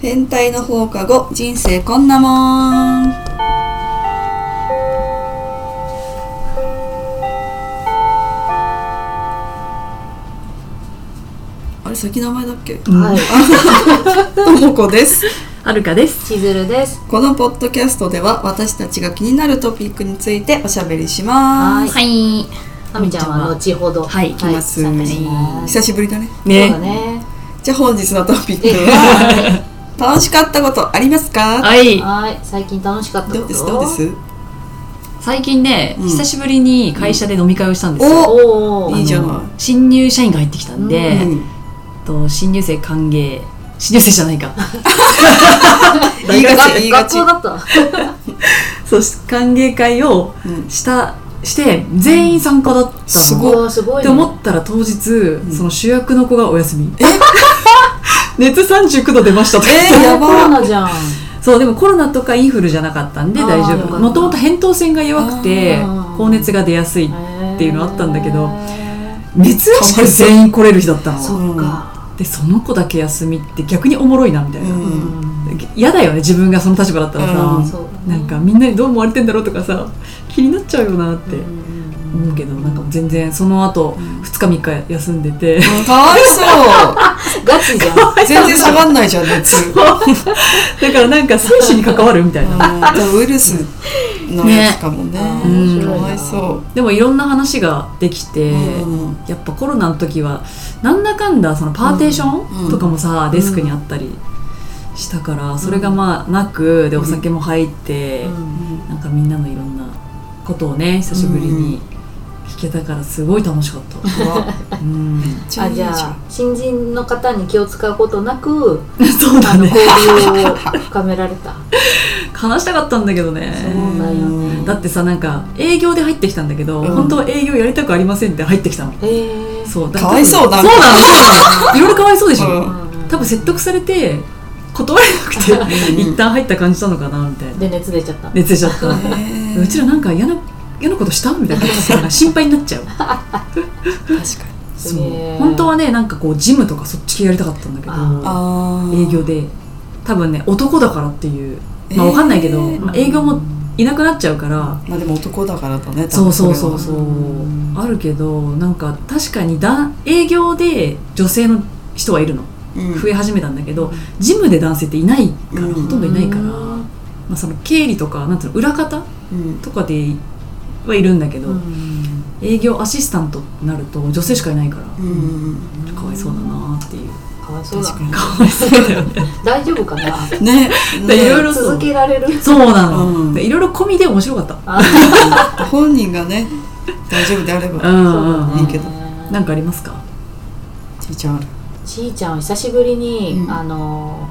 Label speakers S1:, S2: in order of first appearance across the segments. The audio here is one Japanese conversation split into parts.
S1: 変態の放課後人生こんなもんあれ先名前だっけ
S2: はい、
S1: ともこです
S3: あるかです。
S2: しずるです。
S1: このポッドキャストでは私たちが気になるトピックについておしゃべりします
S3: はい。
S2: あみちゃんは後ほど。
S3: はい
S1: いきます、
S2: 参加します。
S1: 久しぶりだね
S2: そうだ
S3: ね。
S2: ね。
S1: じゃあ本日のトピック
S2: は
S1: 楽しかったことありますか、
S3: はい
S2: い。。はい、最近楽しかったこと。
S1: どうですどうです
S3: 最近ね、
S1: うん
S3: 久しぶりに会社で飲み会をしたんですよ。
S2: おお
S1: い。いじゃない
S3: あの新入社員が入ってきたんで、
S2: う
S1: うん
S3: と新入生歓迎。新入生じゃないか。
S1: 言いがち言いが
S2: 学
S1: ち
S2: 校だった。
S3: そう歓迎会を
S1: うん
S3: したして全員参加だったの。
S1: すごい
S2: おーすごいね。
S3: って思ったら当日、
S1: ん
S3: その主役の子がお休み。 熱39度出ましたとか言って
S1: えーやば
S2: コロナじゃん。
S3: そうでもコロナとかインフルじゃなかったんで
S2: あー
S3: 大丈
S2: よ
S3: 夫
S2: かった
S3: もともと扁桃腺が弱くて
S2: あー
S3: 高熱が出やすい
S2: って
S3: いうのあったんだけど熱はしか
S1: そう
S3: 全員来れる日だったの
S2: そっか。
S3: でその子だけ休みって逆におもろいなみたいな
S1: うん
S3: 嫌、だよね自分がその立場だったら
S1: う
S3: さ、
S2: そう。
S3: なんかみんなにどう思われてんだろうとかさ気になっちゃうよなって
S2: うん。
S3: 思うけどなんかもう全然その後2日3日休んでて
S1: かわいそ
S2: ガチじゃん。
S1: う 全然下がんないじゃん熱
S3: だからなんか生死に関わるみたいな
S1: ウイルスのやつかもね
S2: あー
S3: うん
S2: 面
S1: か
S2: 白
S1: わ
S2: ない
S1: そ
S3: でもいろんな話ができて、
S1: う、うん
S3: やっぱコロナの時はなんだかんだそのパーテーシ
S1: うんう
S3: ョ
S1: ん
S3: ンとかもさ、デスクにあったりしたからそれがまあなくでお酒も入って、なんかみんなのいろんなことをね久しぶりに聞けたからすごい楽しかった、
S1: うわ
S3: うん、
S1: ちょ
S2: あ
S1: いい
S2: じゃ
S1: ん
S2: あ新人の方に気を使うことなく
S3: そう
S2: あ
S3: だ
S2: の
S3: ね
S2: 交流を深められた。
S3: 話したかったんだけどね
S2: そうなんよ
S1: うん
S3: だってさなんか営業で入ってきたんだけど、
S1: うん
S3: 本当は営業やりたくありませんって入ってきたの
S2: ええ。
S3: そうだ
S1: かわいそうだ
S3: な
S1: な
S3: そうなのそうなのいろいろかわいそうでしょ、
S1: うん
S3: 多分説得されて断れなくて
S1: うん
S3: 一旦入った感じなのかなみたいな
S2: で熱出ちゃった。
S3: 熱出ちゃった、
S1: ね
S3: うちらなんか嫌な嫌なことしたみたいなことするから心配になっちゃう
S1: 確かに
S3: そう
S2: へー
S3: 本当はねなんかこうジムとかそっち系やりたかったんだけど
S1: あー
S3: 営業で多分ね男だからっていうまあわかんないけど、
S1: えー
S3: まあ、営業もいなくなっちゃうから
S1: まあでも男だからだね
S3: そうそうそうそううあるけどなんか確かにだ営業で女性の人はいるの増え始めたんだけどジムで男性っていないから、
S1: うん
S3: ほとんどいないから、
S2: うん
S3: まあ、その経理とかなんていうの裏方
S1: うん
S3: とかではいるんだけど、
S2: うん
S3: 営業アシスタントになると女性しかいないから、
S1: うん
S3: かわいそうだなっていう
S2: かわいそうだ
S1: 確かに
S3: かわいそうだよね
S2: 大丈夫か な
S1: ねね
S3: いろいろ
S2: 続けられる
S3: そうなの、
S1: うん
S3: でいろいろ込みで面白かった
S2: あ
S1: 本人がね大丈夫であれば
S3: うん
S2: そうだ
S3: うん
S2: ね
S1: いいけど
S3: なんかありますか
S1: ちいちゃんある
S2: ちいちゃんは久しぶりに、
S1: うん
S2: あの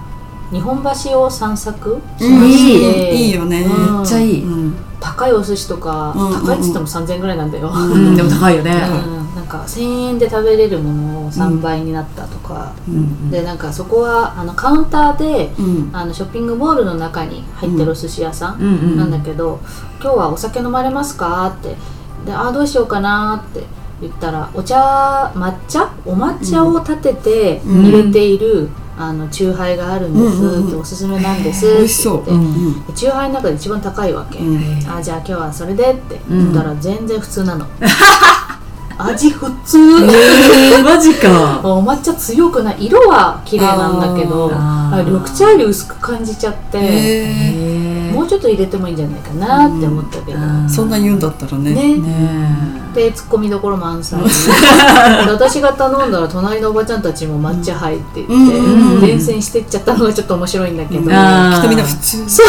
S2: 日本橋を散策し
S1: う
S2: ま
S1: ん
S2: し
S1: い
S2: て、
S1: いいいよね
S2: うん
S3: めっちゃいい、うん
S1: うん
S2: 高いお寿司とか、
S1: うんうんうん
S2: 高いっつっても3000円ぐらいなんだよ、うん
S1: うん
S3: でも高いよね、
S2: なんか1000円で食べれるものを3倍になったとか、
S1: う
S3: うんん
S2: でなんかそこはあのカウンターで
S1: うん
S2: あのショッピングモールの中に入ってるお寿司屋さ
S3: う
S2: ん、
S3: んうん
S2: なんだけど「今日はお酒飲まれますか?」って「であーどうしようかな?」って言ったらお茶抹茶お抹茶を立てて
S1: うん
S2: 入れている、あのチューハイがあるんです、
S1: うんうんうん
S2: っておすすめなんですっ
S1: 美
S2: て言
S1: 味
S2: っ
S1: しそう
S2: て、
S3: う
S2: で
S3: ん
S2: チューハイの中で一番高いわけ、
S1: うん
S3: へー
S2: あーじゃあ今日はそれでって言ったら全然普通 なの、味普通、
S3: えーマジか
S2: お抹茶強くない色は綺麗なんだけど
S3: あー
S2: あ緑茶より薄く感じちゃって、
S1: へえ
S3: へ
S2: もうちょっと入れてもいいんじゃないかなって思ったけど、
S3: うん
S1: そんな言うんだったらね
S2: ね
S3: えね
S2: でツッコミどころ 満載で私が頼んだら隣のおばちゃんたちも抹茶入って言って、
S1: うん
S3: うん
S2: 伝染してっちゃったのがちょっと面白いんだけど、
S1: うんきっ
S3: あ
S1: とみんな普通
S2: そ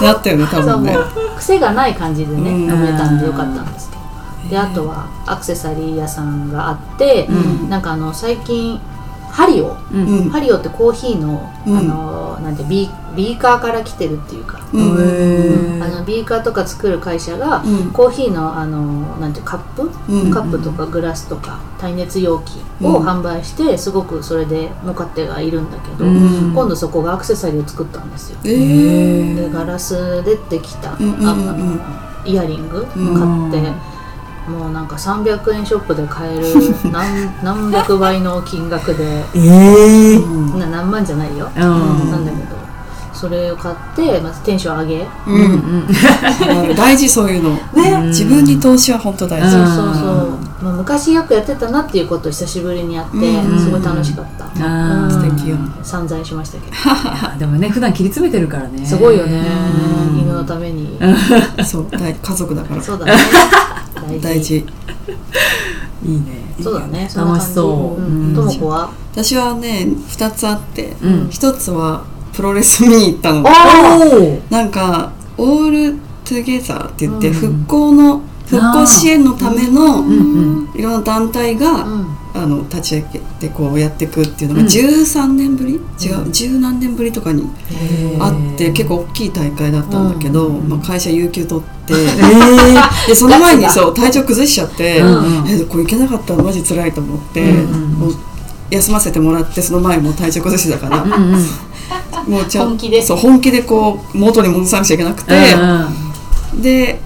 S2: う
S1: なったよね多
S2: そう
S1: 分
S2: も
S1: ね
S2: う癖がない感じでね
S1: うん
S2: 飲めたんでよかったんですけどであとはアクセサリー屋さんがあって、
S1: うん
S2: なんかあの最近ハリオ
S3: えう
S1: うんん
S2: ハリオってコーヒーの,、
S1: うん
S2: あのなんてビービーカーから来てるっていうか、
S1: うん
S3: うん
S2: あのビーカーとか作る会社が、
S1: うん
S2: コーヒーのあのなんていうカップ
S1: うん
S2: カップとかグラスとか耐熱容器を販売してすごくそれで儲かってはいるんだけど、
S3: うん
S2: 今度そこがアクセサリーを作ったんですよ。
S1: ええ
S2: でガラスでできた、
S1: うんうんうん
S2: あのイヤリング買って、もうなんか300円ショップで 買える何何百倍の金額で
S3: ええ
S1: うん
S2: な何万じゃないよ、
S3: うん
S2: なんだけどそれを買ってまずテンション上げ、
S1: う
S3: うん
S1: ん、
S3: うん
S1: あの大事そういうの、
S2: ね
S1: 自分に投資は本当大事、
S3: う
S2: そ
S3: ん
S2: うそうそう、まあ、昔よくやってたなっていうことを久しぶりにやって、
S1: うん
S2: すごい楽しかった、
S3: あ
S2: うん
S3: ー
S1: 素敵よ
S2: 散財しましたけど
S3: い やでもね普段切り詰めてるからね
S2: すごいよね、
S3: うん
S2: 犬のために、
S1: そう大家族だから
S2: そうだね
S1: 大事
S3: いいね
S2: そうだねそんな
S3: 楽
S2: 感
S3: し
S2: じ
S3: そう
S2: うん
S3: うん
S2: ともこは
S1: 私はね2つあって
S3: うん
S1: 1つはプロレス見に行ったの
S2: おー
S3: お
S1: なんかオールトゥゲザーって言って
S3: うん
S1: 復興の復興支援のため
S3: う
S1: の
S3: んうん
S1: いろんな団体
S2: う
S1: が
S2: ん
S1: あの立ち上げてこうやっていくっていうのが
S3: うん
S1: 13年ぶり違う十何年ぶりとかに
S3: へー
S1: あって結構大きい大会だったんだけどまあ会社有給取って
S3: え ー
S1: でその 前にそう体調崩しちゃって
S3: うんうん
S1: えこれ行けなかったらマジ辛いと思って
S3: うんうん
S1: もう休ませてもらってその前も体調崩しだから
S3: うんうん
S1: もうちゃん
S2: 本気で
S1: そう本気でこう元に戻さなくちゃいけなくて、
S3: うん
S1: で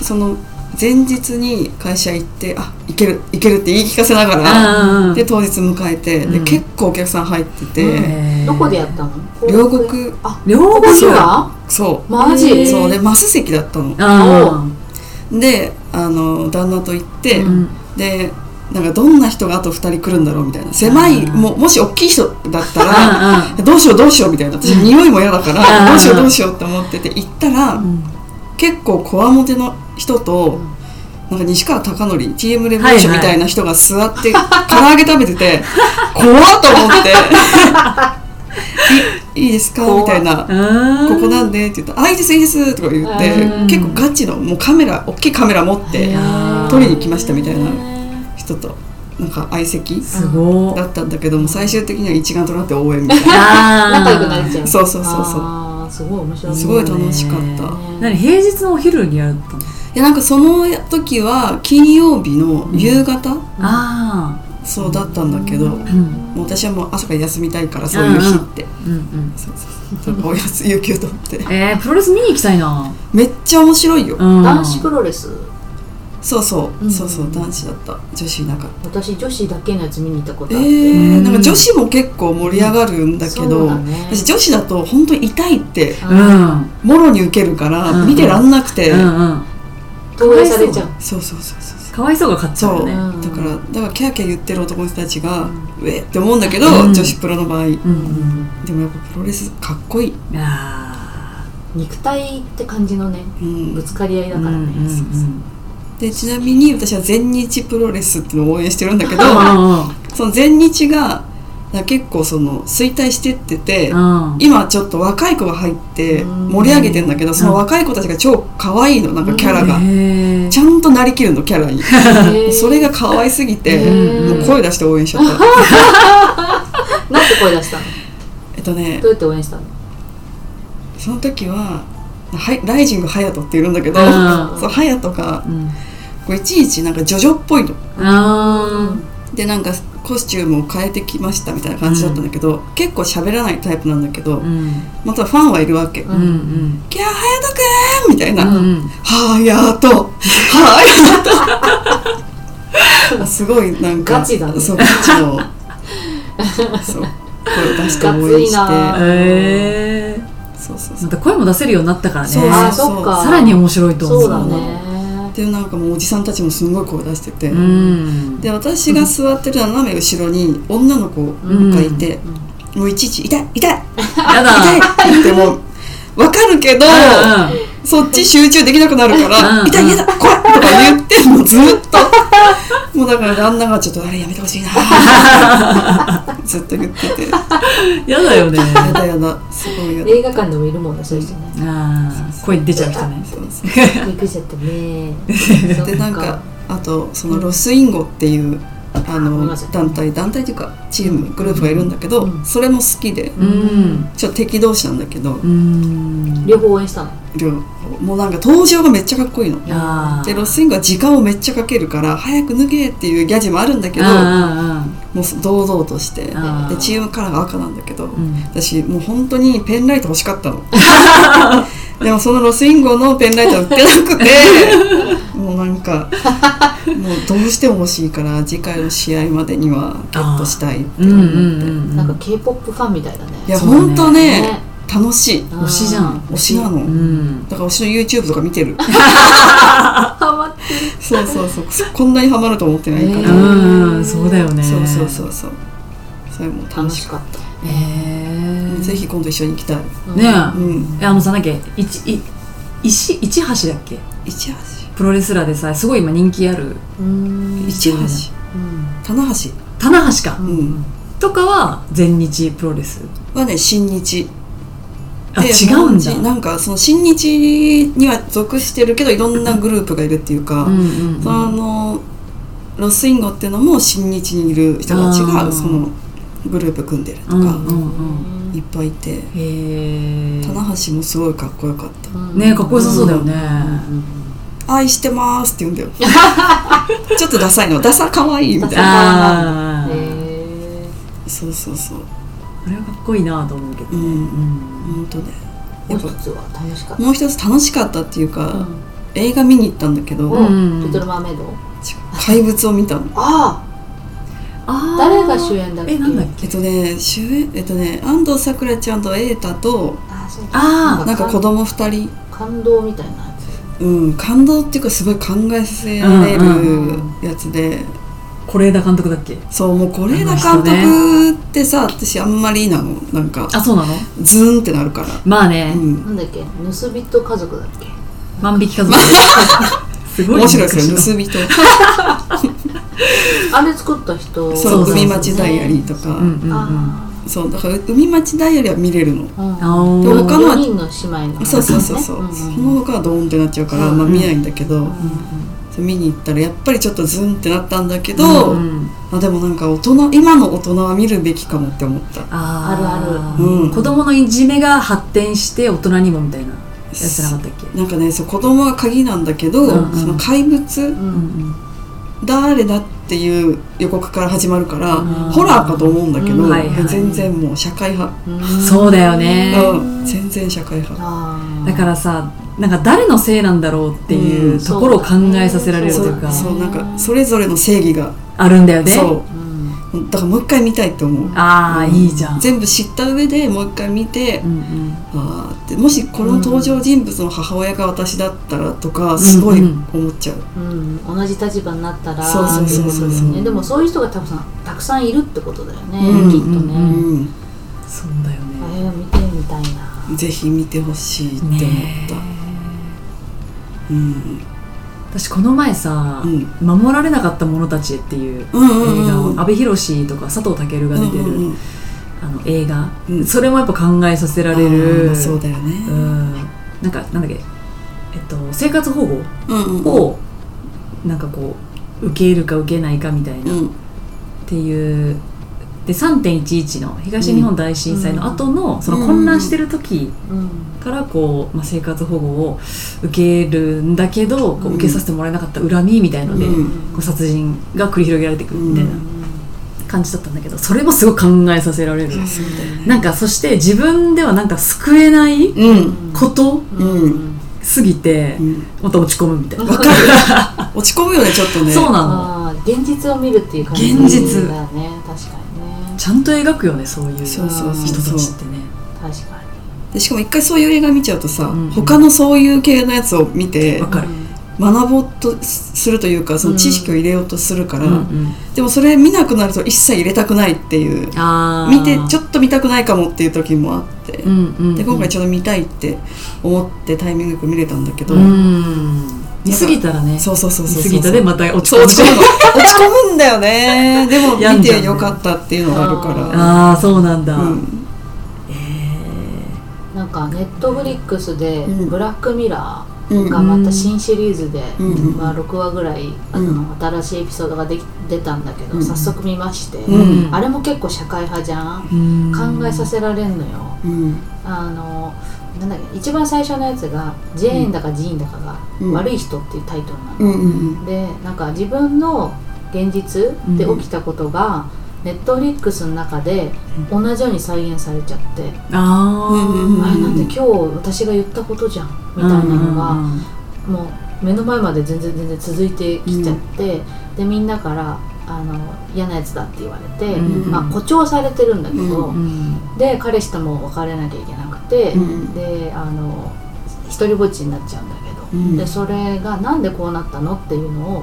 S1: その前日に会社行ってあ行ける行けるって言い聞かせながら、
S3: うんうん
S1: で当日迎えて、
S3: う
S1: で
S3: ん
S1: 結構お客さん入ってて、
S3: へー
S2: どこでやったの
S1: 両国
S2: あ
S3: 両国
S2: 国が
S1: そう
S2: マジ
S3: へー
S1: そうでマス席だったの
S3: あ
S1: であの旦那と行って、
S3: ーうん
S1: でなんかどんな人があと2人来るんだろうみたいな狭い
S3: あー
S1: もうもし大きい人だったら
S3: あ
S1: どうしようどうしようみたいな私匂いも嫌だか
S3: あー
S1: らどうしようどうしようって思ってて行ったら、
S3: ーうん
S1: 結構こわもての人と、
S2: ん
S1: なんか西川貴教 TM レボリューションみたいな人が座って、唐揚げ食べてて 怖っと思って 「いいいですか?」
S2: 怖っ
S1: みたいな。
S3: あー
S1: ここなんでって言ったら「あいいですいいです」とか言って
S3: うん
S1: 結構ガチのもうカメラ大きいカメラ持って
S3: へー
S1: 撮りに来ましたみたいな人となんか相席
S3: すごい
S1: だったんだけども最終的には一丸となって応援みたい
S3: あー
S2: 仲良くなれちゃう
S1: そうそうそうそう
S2: あーすごい面白
S1: ないすごい楽しかった。
S2: ね
S3: 何平日のお昼にやったの
S1: いやなんかその時は金曜日の夕方、
S3: あ
S1: そうだったんだけど、
S3: あうん
S1: もう私はもう朝から休みたいからそういう日って、
S3: うんうん
S1: そうそうそうおやつ有給取って
S3: えープロレス見に行きたいな
S1: めっちゃ面白いよ、
S3: 男
S2: 男子プロレス
S1: そうそう、
S2: うん
S1: そうそう男子だった女子いなかった
S2: 私女子だけのやつ見に行ったこと
S1: え
S2: あって、
S1: ー、なんか女子も結構盛り上がるんだけ
S2: そ
S1: ど、
S2: うだね
S1: 私女子だと本当に痛いって
S3: うん
S1: もろに受けるから、
S3: うん
S1: 見てらんなくて、
S3: うんうん
S2: 投影されちゃう
S1: そうそうそうそうそう
S3: かわいそうが勝っちゃう
S1: そう、
S3: よね
S2: うん
S1: だからだからキャーキャー言ってる男の人たちが、うえって思うんだけど、
S3: うん
S1: 女子プロの場合
S3: うんうん
S1: でもやっぱプロレスかっこいい、
S3: うんあ
S2: 肉体って感じのね
S1: うん
S2: ぶつかり合い
S3: ー
S2: だからね、
S3: うんうんうん
S2: そうそう
S1: でちなみに私は全日プロレスっていうのを応援してるん だけど
S3: うん
S1: その全日がな結構その衰退してってて
S3: うんうん
S1: 今ちょっと若い子が入って
S2: うん
S1: 盛り上げてんだけどその若い子たちが超可愛いのなんかキャラが
S3: へー
S1: ちゃんとなりきるのキャラ に
S2: へー
S1: それが可愛すぎて
S3: うん
S1: もう声出して応援しちゃった
S2: なんて声出したの
S1: えっとね
S2: どうやって応援したの
S1: その時ははいライジングハヤトっているんだけど
S3: うん
S1: そうハヤトが
S3: うん
S1: こういちいちなんかジョジョっぽいの
S3: あ
S1: でなんかコスチュームを変えてきましたみたいな感じだったんだけど、結構喋らないタイプなんだけど、
S3: ーうん
S1: またファンはいるわけ「
S3: うんうん
S1: キャー隼人くん!」みたいな「
S3: うんうん
S1: はやとはやと」すごいなんか
S2: ガチだね
S1: そうガチのそう声を出して応援し
S2: ガ
S1: て
S3: へえ
S1: そうそうそ
S3: ま
S1: う
S3: た声も出せるようになったからね
S1: そう
S2: あ
S1: あ
S2: ーそっか
S3: さらに面白いと思う
S2: そうだね
S1: でなんかもうおじさんたちもすごい声出してて、
S3: うん
S1: で私が座ってる斜め後ろに女の子がいて、もういちいち「痛い痛い
S3: やだ
S1: 痛いって言っても分かるけど、そっち集中できなくなるから「
S3: うん
S1: 痛い痛い怖い!」とか言ってんのずっ ともうだから旦那がちょっとあれやめてほしいなずっと言っててや
S3: うんうんやだよね
S1: だやだすごいやだ
S2: 映画館でもいるもんねそういう人ね
S3: あー声出ちゃう人ね
S1: そうそう
S2: びっくりしちゃったね
S1: でなんかあとそのロスインゴっていうあの団体団体というかチームグループがいるんだけど、
S2: うん
S1: それも好きで
S3: うん
S1: ちょっと敵同士なんだけど
S3: う、ん
S2: 両方応援したの
S1: 両方もうなんか登場がめっちゃかっこいいの。
S3: あー
S1: でロスインゴは時間をめっちゃかけるから早く脱げっていうギャジもあるんだけど
S3: あ
S1: もう堂々としてで
S3: あー
S1: チームカラーが赤なんだけど、
S3: ーうん
S1: 私もう本当にペンライト欲しかった のでもそのロスインゴのペンライトは売って なくてもうなんかもうどうしても欲しいから次回の試合までにはゲットしたいって
S3: うんうん
S1: 思って、
S3: うんうん
S2: なんか K-POP ファンみたいだね
S1: いや
S3: そうだね
S1: 本当ね
S2: ね
S1: た楽しい
S2: あー
S3: 推しじゃん
S1: 推しなの、
S3: うん
S1: だから推しの YouTube とか見てる
S2: ハマってる
S1: そうそうそうこんなにハマると思ってないか
S2: へ
S1: ら、
S3: うんそうだよね
S1: そうそうそううそうそれも楽
S2: 楽
S1: し
S2: しかっ
S3: へえ
S1: ぜひ今度一緒に行きたい
S2: た
S3: ね
S1: う
S3: え
S1: ん
S3: えあのさなんだっけいちい石市橋だっけ
S1: 一橋
S3: プロレスラーでさすごい今人気ある
S2: うん
S1: 一橋
S2: うん
S1: 棚橋
S3: 棚橋か
S1: うん
S3: とかは全日プロレス
S1: はね新日
S3: あ
S1: で
S3: 違うんだ
S1: そのうちなんかその新日には属してるけどいろんなグループがいるっていうか、
S3: うんうん
S1: そのロスインゴっていうのも新日にいる人たち
S3: あー
S1: がそのグループ組んでるとか、
S3: うんうん
S1: いっぱいいて
S3: へえ
S1: 棚橋もすごいかっこよかった
S2: うん
S3: ねえかっこよさそうだよね
S1: 「愛してます」って言 うんだよちょっとダサいのダサかわいいみたい
S2: ダサ
S1: な
S3: ああ
S2: へえ
S1: そうそうそう
S3: これはかっこいいなと思うけど
S1: う
S3: ねうんん
S1: 本当ね
S2: も
S1: やっ
S2: う一
S1: ぱ
S2: つは楽しかった
S1: もう一つ楽しかったっていうか、
S2: うん
S1: 映画見に行ったんだけど、違
S3: ん
S1: う
S2: おリトルマーメイド
S1: 怪物を見たの
S2: あ
S3: あ
S2: あ
S3: ー
S2: 誰が主演だっけ
S3: えなんだっ
S1: え
S3: け
S1: っとね主演えっとね安藤サクラちゃんと瑛太と
S2: あそう
S3: あー
S1: なんか子供二人
S2: 感動みたいなやつ
S1: うん感動っていうかすごい考えさせられるやつで、
S3: 是枝監督だっけ
S1: そうもう是枝監督ってさ、私あんまりなのなんか
S3: あそうなの
S1: ズーンってなるから、
S3: まあね
S1: うん、
S2: なんだっけ盗人家族だっけ
S3: 万引き家族すごい
S1: 面白いですよ
S3: 昔
S1: 結
S3: の
S1: びと
S2: あれ作った
S1: そ
S2: 人
S1: う
S3: そうそう
S1: 海町ダイアリーとか、
S3: うんうんうん
S2: あ
S1: そうだから海町ダイアリーは見れるの
S2: ーうん
S3: あー
S1: でも他のは
S2: 4人の姉妹の話ね
S1: そうそうそうそう、
S2: んん
S1: その他はドーンってなっちゃうから、
S2: うん
S1: まあ見ないんだけど、
S3: うん
S1: そう見に行ったらやっぱりちょっとズーンってなったんだけど、
S3: うんうん
S1: あでもなんか大人今の大人は見るべきかもって思った
S3: あー
S2: あるあ
S1: るうん
S3: 子供のいじめが発展して大人にもみたいなやつじゃなかったっけ
S1: なんかねそう子供は鍵なんだけど、
S3: うんうん
S1: その怪物
S2: うん
S3: ん
S1: 誰だっていう予告から始まるから、
S3: ん
S1: ホラーかと思うんだけど、
S2: うん
S3: はいはい
S1: 全然もう社会派、
S2: うん
S3: そうだよね
S1: うん、全然社会派
S2: あー
S3: だからさなんか誰のせいなんだろうっていううんところを考えさせられると
S1: そ
S3: いううか
S1: そうなんかそれぞれの正義が、
S3: あるんだよね
S1: そ
S2: うん
S1: うだからもう一回見たいって思う
S3: ああいいじゃん
S1: 全部知った上でもう一回見て、
S3: うんうん
S1: あーってもしこの登場人物の母親が私だったらとかすごい思っちゃう、
S2: うん、同じ立場になったら
S1: そうそうそうそうそう
S2: ね、でもそういう人がたくさんたくさんいるってことだよね、
S1: うん
S2: きっと
S3: う
S2: ね、
S1: うん
S3: そうだよ
S2: あ
S3: ね
S2: れを見てみたいな
S1: ぜひ見てほしいって思っ
S3: ね
S1: た、
S3: え
S1: うん
S3: 私この前さ
S1: うん
S3: 「守られなかった者たちへ」っていう
S1: うんうん
S3: 映画
S1: うん
S3: を阿部寛とか佐藤健が出て
S1: うんうんう
S3: る
S1: ん
S3: あの映画
S1: うん
S3: それもやっぱ考えさせられ
S1: あー
S3: る
S1: そうだよ
S3: う
S1: ね
S3: んなんかなんだっけえっと生活保護
S1: うんうん
S3: をなんかこう受けるか受けないかみたいな、
S1: う
S3: っ
S1: ん
S3: ていうで3.11の東日本大震災の後の、その混乱してる時
S2: うん
S3: からこう、まあ、生活保護を受けるんだけどこ
S1: う
S3: うん受けさせてもらえなかった恨みみたいので、
S1: うん
S3: こう殺人が繰り広げられてくるみたい
S1: うん
S3: な感じだったんだけどそれもすごい考えさせられる、
S1: いやそうだよね
S3: なんかそして自分ではなんか救えない
S1: うん
S3: こと
S1: うん
S3: すぎて、
S1: うん
S3: また落ち込むみたいな、
S1: わかる落ち込むよねちょっとね
S3: そうなの
S2: あー現実を見るっていう感じ
S3: 現実
S2: だよね確かにね
S3: ちゃんと描くよねそういう人
S1: そう
S3: た
S1: そうそうそう
S3: ちってね
S2: 確か
S1: でしかも一回そういう映画見ちゃうとさ、
S3: うん
S1: 他のそういう系のやつを見て
S3: わかる
S2: に、
S1: 学ぼうとするというかその知識を入れようとするから、
S3: うんうん
S1: でもそれ見なくなると一切入れたくないっていう
S3: あ
S1: 見てちょ
S3: っ
S1: っと見たくないかもっていう時もあって、
S3: とうんうんうん
S1: で今回ちょうど見たいって思ってタイミングよく見れたんだけど、
S3: うん見すぎたらね
S1: そうそうそう
S3: 見
S1: そう
S3: す
S1: そ
S3: ぎ
S1: う
S3: たでまた落ち
S1: そう
S3: 込む
S1: 落ち込むの落ち込むんだよねで も見てよかったっていうのがあるか
S3: ああそうなんだ、
S1: らうん
S2: なんかネットフリックスで
S1: うん
S2: 「ブラックミラ
S1: う
S2: ー」
S1: ん
S2: がまた新シリーズで、
S1: うん
S2: まあ、6話ぐらいあの新しいエピソードができ出たんだけど、
S1: うん
S2: 早速見まして、
S1: うん
S2: あれも結構社会派じゃん、
S3: うん
S2: 考えさせられんのよ
S1: うん
S2: あのなんだっけ一番最初のやつが「ジェーンだかジーンだかが
S1: うん
S2: 悪い人」っていうタイトルなの、
S1: うんうん
S2: でなんか自分の現実で起きたことが、ネットフリックスの中で同じように再現されちゃって、
S3: あー
S1: うんうんうん
S2: あれなんて今日私が言ったことじゃんみたいなのが、もう目の前まで全然全然続いてきちゃって、でみんなからあの嫌なやつだって言われて、
S3: うん
S1: うん
S2: まあ、誇張されてるんだけど、
S1: う
S3: うんうん
S2: で彼氏とも別れなきゃいけなくって、
S1: うん
S2: であの一人ぼっちになっちゃうんだけど、
S1: うん
S2: でそれがなんでこうなったのっていうのを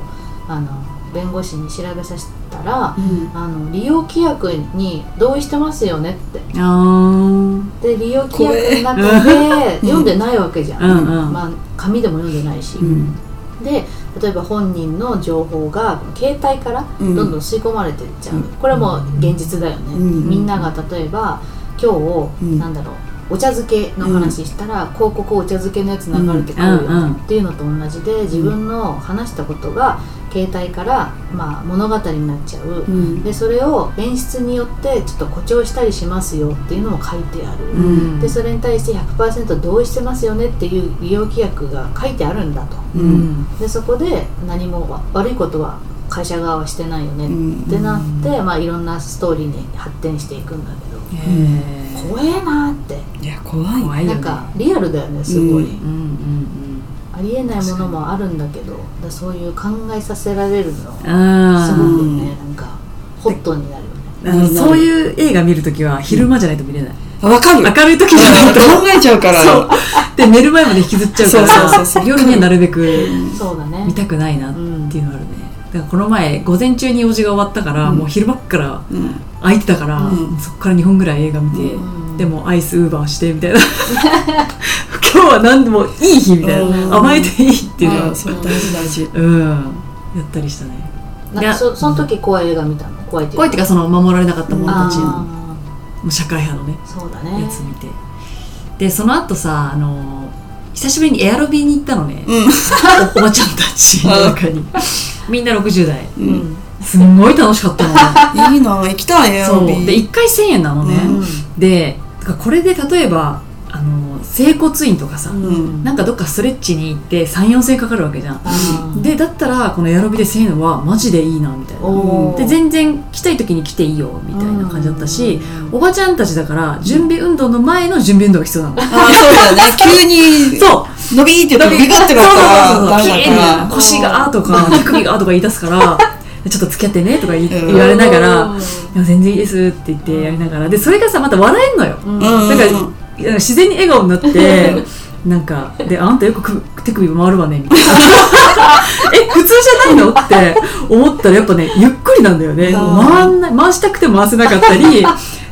S2: あの弁護士に調べさせたら、
S1: うん
S2: あの利用規約に同意してますよねって
S3: あー
S2: で利用規約の中で
S1: うん
S2: 読んでないわけじゃん、
S3: うんうん
S2: まあ、紙でも読んでないし、
S3: うん
S2: で例えば本人の情報が携帯からどんどん吸い込まれていっちゃう、
S1: うん
S2: これも現実だよね、
S1: うん
S2: みんなが例えば今日、
S1: うん
S2: なんだろうお茶漬けの話したら、広告お茶漬けのやつ流れてくるよね
S3: うんうん
S2: っていうのと同じで自分の話したことが携帯から、まあ、物語になっちゃう、
S1: うん
S2: でそれを演出によってちょっと誇張したりしますよっていうのも書いてある、
S3: うん
S2: でそれに対して100%同意してますよねっていう利用規約が書いてあるんだと
S3: うん
S2: でそこで何もわ悪いことは会社側はしてないよね
S1: うん
S2: ってなって、まあ、いろんなストーリーに発展していくんだけ
S3: へ
S2: ど
S3: ー
S2: 怖えなって
S1: いや怖い
S3: 怖いよね
S2: なんかリアルだよねすごい、
S1: う
S3: うんうん
S2: ありえないものもあるんだけどだそういう考えさせられるの
S3: うんあ
S2: す
S3: ー
S2: ごくねなんかホットになるよね
S3: あのそういう映画見るときは昼間じゃないと見れない、
S1: わかる
S3: 明るいときじゃ ないと
S1: 考えちゃうから
S3: そう で寝る前まで引きずっちゃうから
S1: そうそうそうそう
S3: 夜にはなるべく
S2: そうだね
S3: 見たくないなっ
S2: うん
S3: ていうのあるねだからこの前午前中に用事が終わったから、
S1: うん
S3: もう昼間っから
S1: うん
S3: 空いてたから、
S1: うん
S3: そっから2本ぐらい映画見て、
S2: うん
S3: でもアイスウーバーしてみたいな 今日は何でもいい日みたい
S1: うん
S3: な甘えていいっていうの
S1: あ
S3: は
S1: ーそう大事大事
S3: うんやったりしたね
S2: なん
S3: い
S2: か
S3: や
S2: そその時怖い映画見たの怖いっていう
S3: 怖いっていうかその守られなかった者たちのも
S2: あ
S3: う社会派のね
S2: ーそうだ
S3: や
S2: ね
S3: つ見てでその後さあの久しぶりにエアロビに行ったのね、
S1: うん
S3: おおばちゃんたちの中にみんな60代
S1: う
S2: うんん
S3: すんごい楽しかったの
S1: いいな行きたいエア
S3: そ
S1: ロ
S3: う
S1: ビ
S3: で1回1000円なのね、
S1: うん
S3: でだからこれで例えばあの整骨院とかさ、
S1: ん
S3: なんかどっかストレッチに行って34000円かかるわけじゃん
S2: あー
S3: でだったらこのエアロビで1000円はマジでいいなみたいな
S2: おー
S3: で全然来たい時に来ていいよみたいな感じだったし、
S2: うん
S3: おばちゃんたちだから準備運動の前の準備運動が必要なの
S1: あーそうだね急に
S3: そう
S1: 伸びーって言うとビガってなった
S3: そうそうそうそう
S1: らダメ
S3: ピエ
S1: だか
S3: ンみたい
S1: ら
S3: な腰がとか手首がとか言い出すから ちょっと付き合ってねとか言い
S1: うん
S3: 言われながら
S2: う
S3: 「
S2: ん
S3: いや全然いいです」って言ってやりながらでそれがさまた笑えんのよ
S2: うん
S1: うん
S3: なんかいや自然に笑顔になってなんかで「あんたよくく手首回るわね」みたいな 「え普通じゃないの?」って思ったらやっぱねゆっくりなんだよね
S2: あー
S3: 回んない回したくても回せなかったり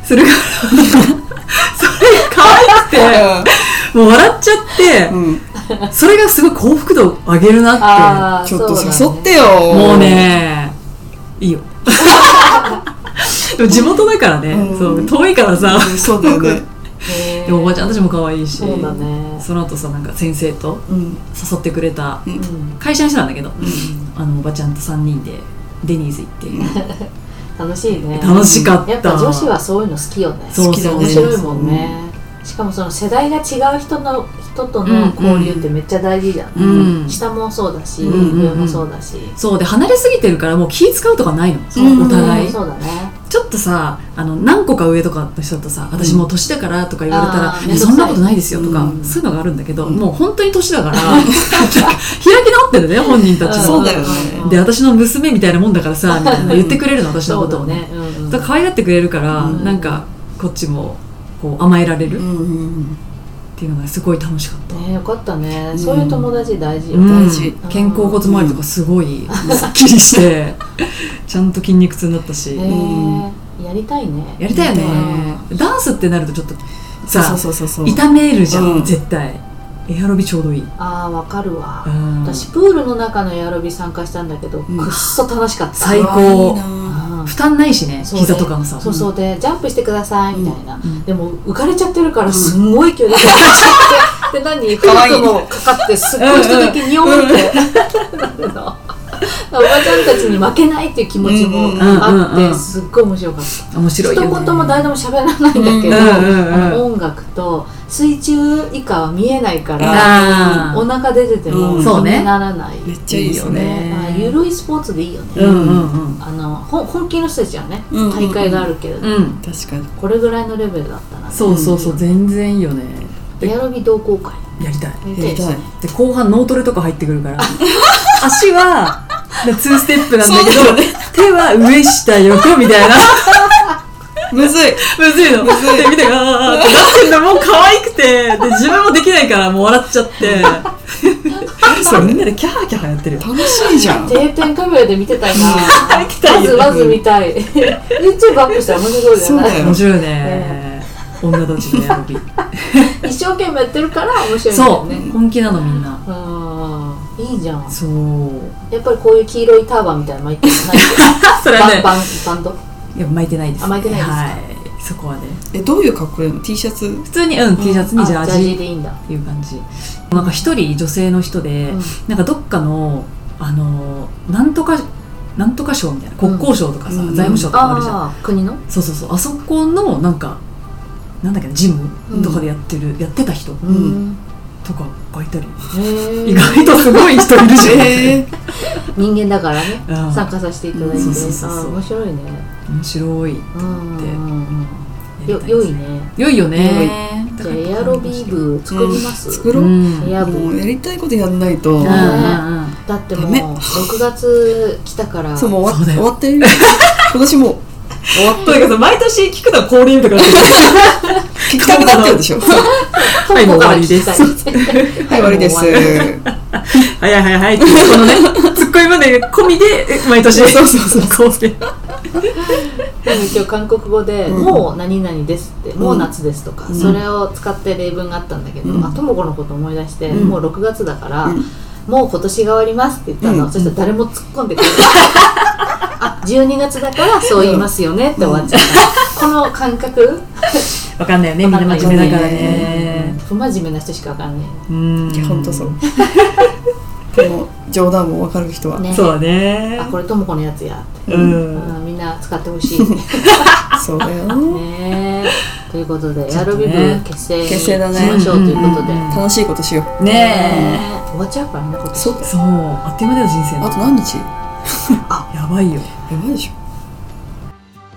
S3: するから それが可愛くてもう笑っちゃって
S1: う。んうん
S3: それがすごい幸福度を上げるなっ
S2: あー
S1: ちょっと
S2: そう
S1: 誘
S2: だ
S1: っ
S2: ね
S1: てよ
S3: てもうねいいよでも地元だからね、
S1: うん
S3: そう遠いからさ
S1: うんそうだよね
S2: へ ー
S3: でもおばちゃんたちも可愛いし
S2: そうだね
S3: その後さなんか先生と
S1: うん
S3: 誘ってくれた
S1: う
S2: うん
S3: 会社の人なんだけど、
S1: ん
S3: あのおばちゃんと3人でデニーズ行って
S2: 楽しいね
S3: 楽しかった
S2: やっぱ女子はそういうの好きよね
S3: そう
S1: 好きだね
S2: 面白いもんね、しかもその世代が違う人の人との交流ってめっちゃ大事じゃん、
S3: うん
S2: 下もそうだし、
S3: うん
S2: 上もそうだし、
S3: そうで離れすぎてるからもう気使うとかないの、
S1: うん
S3: お互い、
S2: そうだね
S3: ちょっとさあの何個か上とかの人とさ私もう年だからとか言われた
S2: あ
S3: ら、
S2: ー
S3: い
S2: めん
S3: や
S2: ど
S3: そ
S2: くさい
S3: んなことないですよとか、
S1: うん
S3: そういうのがあるんだけど、
S1: うん
S3: もう本当に年だから開き直ってるね本人たちも
S1: そうだよね
S2: うん
S3: で私の娘みたいなもんだからさみたいな言ってくれるの私の
S2: そ
S3: こ
S2: う
S3: と
S2: だ
S3: をね
S2: ね、うんうん
S3: だから可愛がってくれるから、
S2: うん
S3: なんかこっちもこう甘えられる
S1: う
S3: っ
S1: んうん
S3: ていうのがすごい楽しかった、
S2: ねよかったね、
S1: ん
S2: そういう友達大事よ、
S3: うん
S1: 大事
S3: 肩甲骨周りとかすごいすっきりしてちゃんと筋肉痛になったし、
S2: へーやりたいね
S3: やりたいよね、ダンスってなるとちょっとさ
S1: そうそうそうそう
S3: 痛めるじゃん、
S1: うん
S3: 絶対エアロビちょうどいい、
S2: ああわかるわ、
S3: うん
S2: 私プールの中のエアロビ参加したんだけど、
S1: ん
S2: くっそ楽しかった
S3: 最高
S1: いいな
S2: うん
S3: 負担ないしね
S2: そうね
S3: 膝とかもさ
S2: そうそうで、ジャンプしてくださいみたいな、
S3: ん
S2: でも浮かれちゃってるからすんごい勢いで浮かれちゃって、で何フ
S1: かわいい
S2: ックもかかってすっごい人だけにょーってなるのだからおばちゃんたちに負けないっていう気持ちもあ
S3: うんうんうん
S2: っ
S3: う
S2: て
S3: ん
S2: すっごい面白かった
S3: 面白いよ、ね、
S2: 一言も誰でも喋らないんだけど、
S3: うんうんうん
S2: あの音楽と水中以下は見えないから
S3: あ
S2: お腹出てても
S1: うん
S2: 気
S3: そうね
S2: にならない、
S1: めっちゃいいよね
S2: ねまあゆるいスポーツでいいよね、
S3: うんうんうん
S2: あのほん本気の人たちはね
S1: うん
S2: 大会があるけれど、
S3: うん
S1: 確かに
S2: これぐらいのレベルだったな
S3: そうそうそう全然いいよねで
S2: エアロビ同好会
S3: やりたい
S2: やりたいですね
S1: やり
S3: で後半脳トレとか入ってくるから 足は2ステップなんだけど
S1: そうだよ
S3: 手は上下横みたいな
S1: むずい
S3: むずいの。
S1: むずい
S3: で、見て、あーって出してんだ、もう可愛くて、で、自分もできないから、もう笑っちゃって。そう、みんなでキャーキャーやってるよ。
S1: 楽しいじゃん
S2: 定点カメラで見てたい
S3: 見
S2: な
S3: てたい
S2: ま
S3: よ
S2: ずまず見たい YouTube アップしたら面白いじゃ
S1: そうだ
S2: な
S1: よ
S2: い
S3: 面白いね。女たちのや る
S2: 一生懸命やってるから面白
S3: び。
S2: いん
S3: そ
S2: だよ
S3: う、
S2: ね
S3: 本気なのみんな。
S2: あーいいじゃん
S3: そう。
S2: やっぱりこういう黄色いターバンみたいなの巻いて
S3: あ、それは
S2: ない
S3: ね、
S2: バンバンバンド
S3: いや、巻いてないです。
S2: あ巻いてないですか
S3: はい。そこはね。
S1: えどういう格好やの T シャツ
S3: 普通に、うん、T シャツにジャ
S2: あ
S3: ー
S2: ジャージ
S3: ジ
S2: でいいんだ
S3: っていう感じ。なんか一人女性の人で、
S2: うん
S3: なんかどっかの、あの、なんとか、なんとか賞みたいな、国交省とかさ、
S1: うん
S3: 財務省とかあるじゃん。
S2: ああ国の
S3: そうそうそうあそこのなんかなんだっけなジムとかでやってる、やってた人
S2: うん
S3: とかがいたり、
S2: へ
S3: 意
S2: え
S3: 外とすごい人いるじゃん、
S1: え
S2: 人間だからね
S3: うん
S2: 参加させていただいて
S3: う
S2: あ
S3: んそうそうそうそう
S2: ー面白いね
S3: 面白い
S2: うんうんうん
S3: やり
S2: よ
S3: た
S2: 良い
S3: ね
S2: ね
S3: 良いよね
S2: じゃあエアロビー部作ります、
S1: うん作ろ
S3: う
S1: うん
S2: エ
S3: うん
S2: ア部、
S1: もうやりたいことやんないと、
S3: うんうん
S2: だって
S1: ダメ
S2: もう6月来たから
S1: そうもう終
S3: そう
S1: わ
S3: だ
S1: 終
S3: よ
S1: わってる今年もう終わっ
S3: と
S1: た
S3: にかく毎年聞くのは恒例とか
S1: 聞きたくなってるでしょ は
S3: はいもう終わりです
S2: す
S1: い終わりです
S3: はいはいはいっていうこのねツッコミまで込みで毎年そうそうそうそう
S2: でも今日韓国語で「
S1: うん
S2: もう何々です」って「もう夏です」とか、
S1: うん
S2: それを使って例文があったんだけど、
S1: うん
S2: あともこのこと思い出して、
S1: うん
S2: もう6月だから、
S1: うん
S2: もう今年が終わります」って言ったの、
S1: うん
S2: そしたら誰も突っ込んでくれ ないあ12月だからそう言いますよねって終わっちゃった、この感覚
S3: わかんないよねみんな真面目だからね
S2: 不真面目な人しかわかんない
S3: うん
S1: いや本当そう この冗談も分かる人は、
S2: ね
S3: そうだね
S2: あこれともこのやつやって、
S3: うん
S2: うんみんな使ってほしいね
S1: そうだよ
S2: えということでエ
S3: ちょ
S2: ア
S3: っと
S2: ロ
S3: ね
S2: ビ部結成
S1: 結成だね
S2: しましょうということで、
S3: うん
S1: 楽しいことしよ
S3: ね
S2: ねえ終わっちゃうからね今年
S1: そう
S3: えそうあっという間だよ人生
S1: あ
S3: の
S1: と何日
S3: やばいよ
S1: やばいでしょ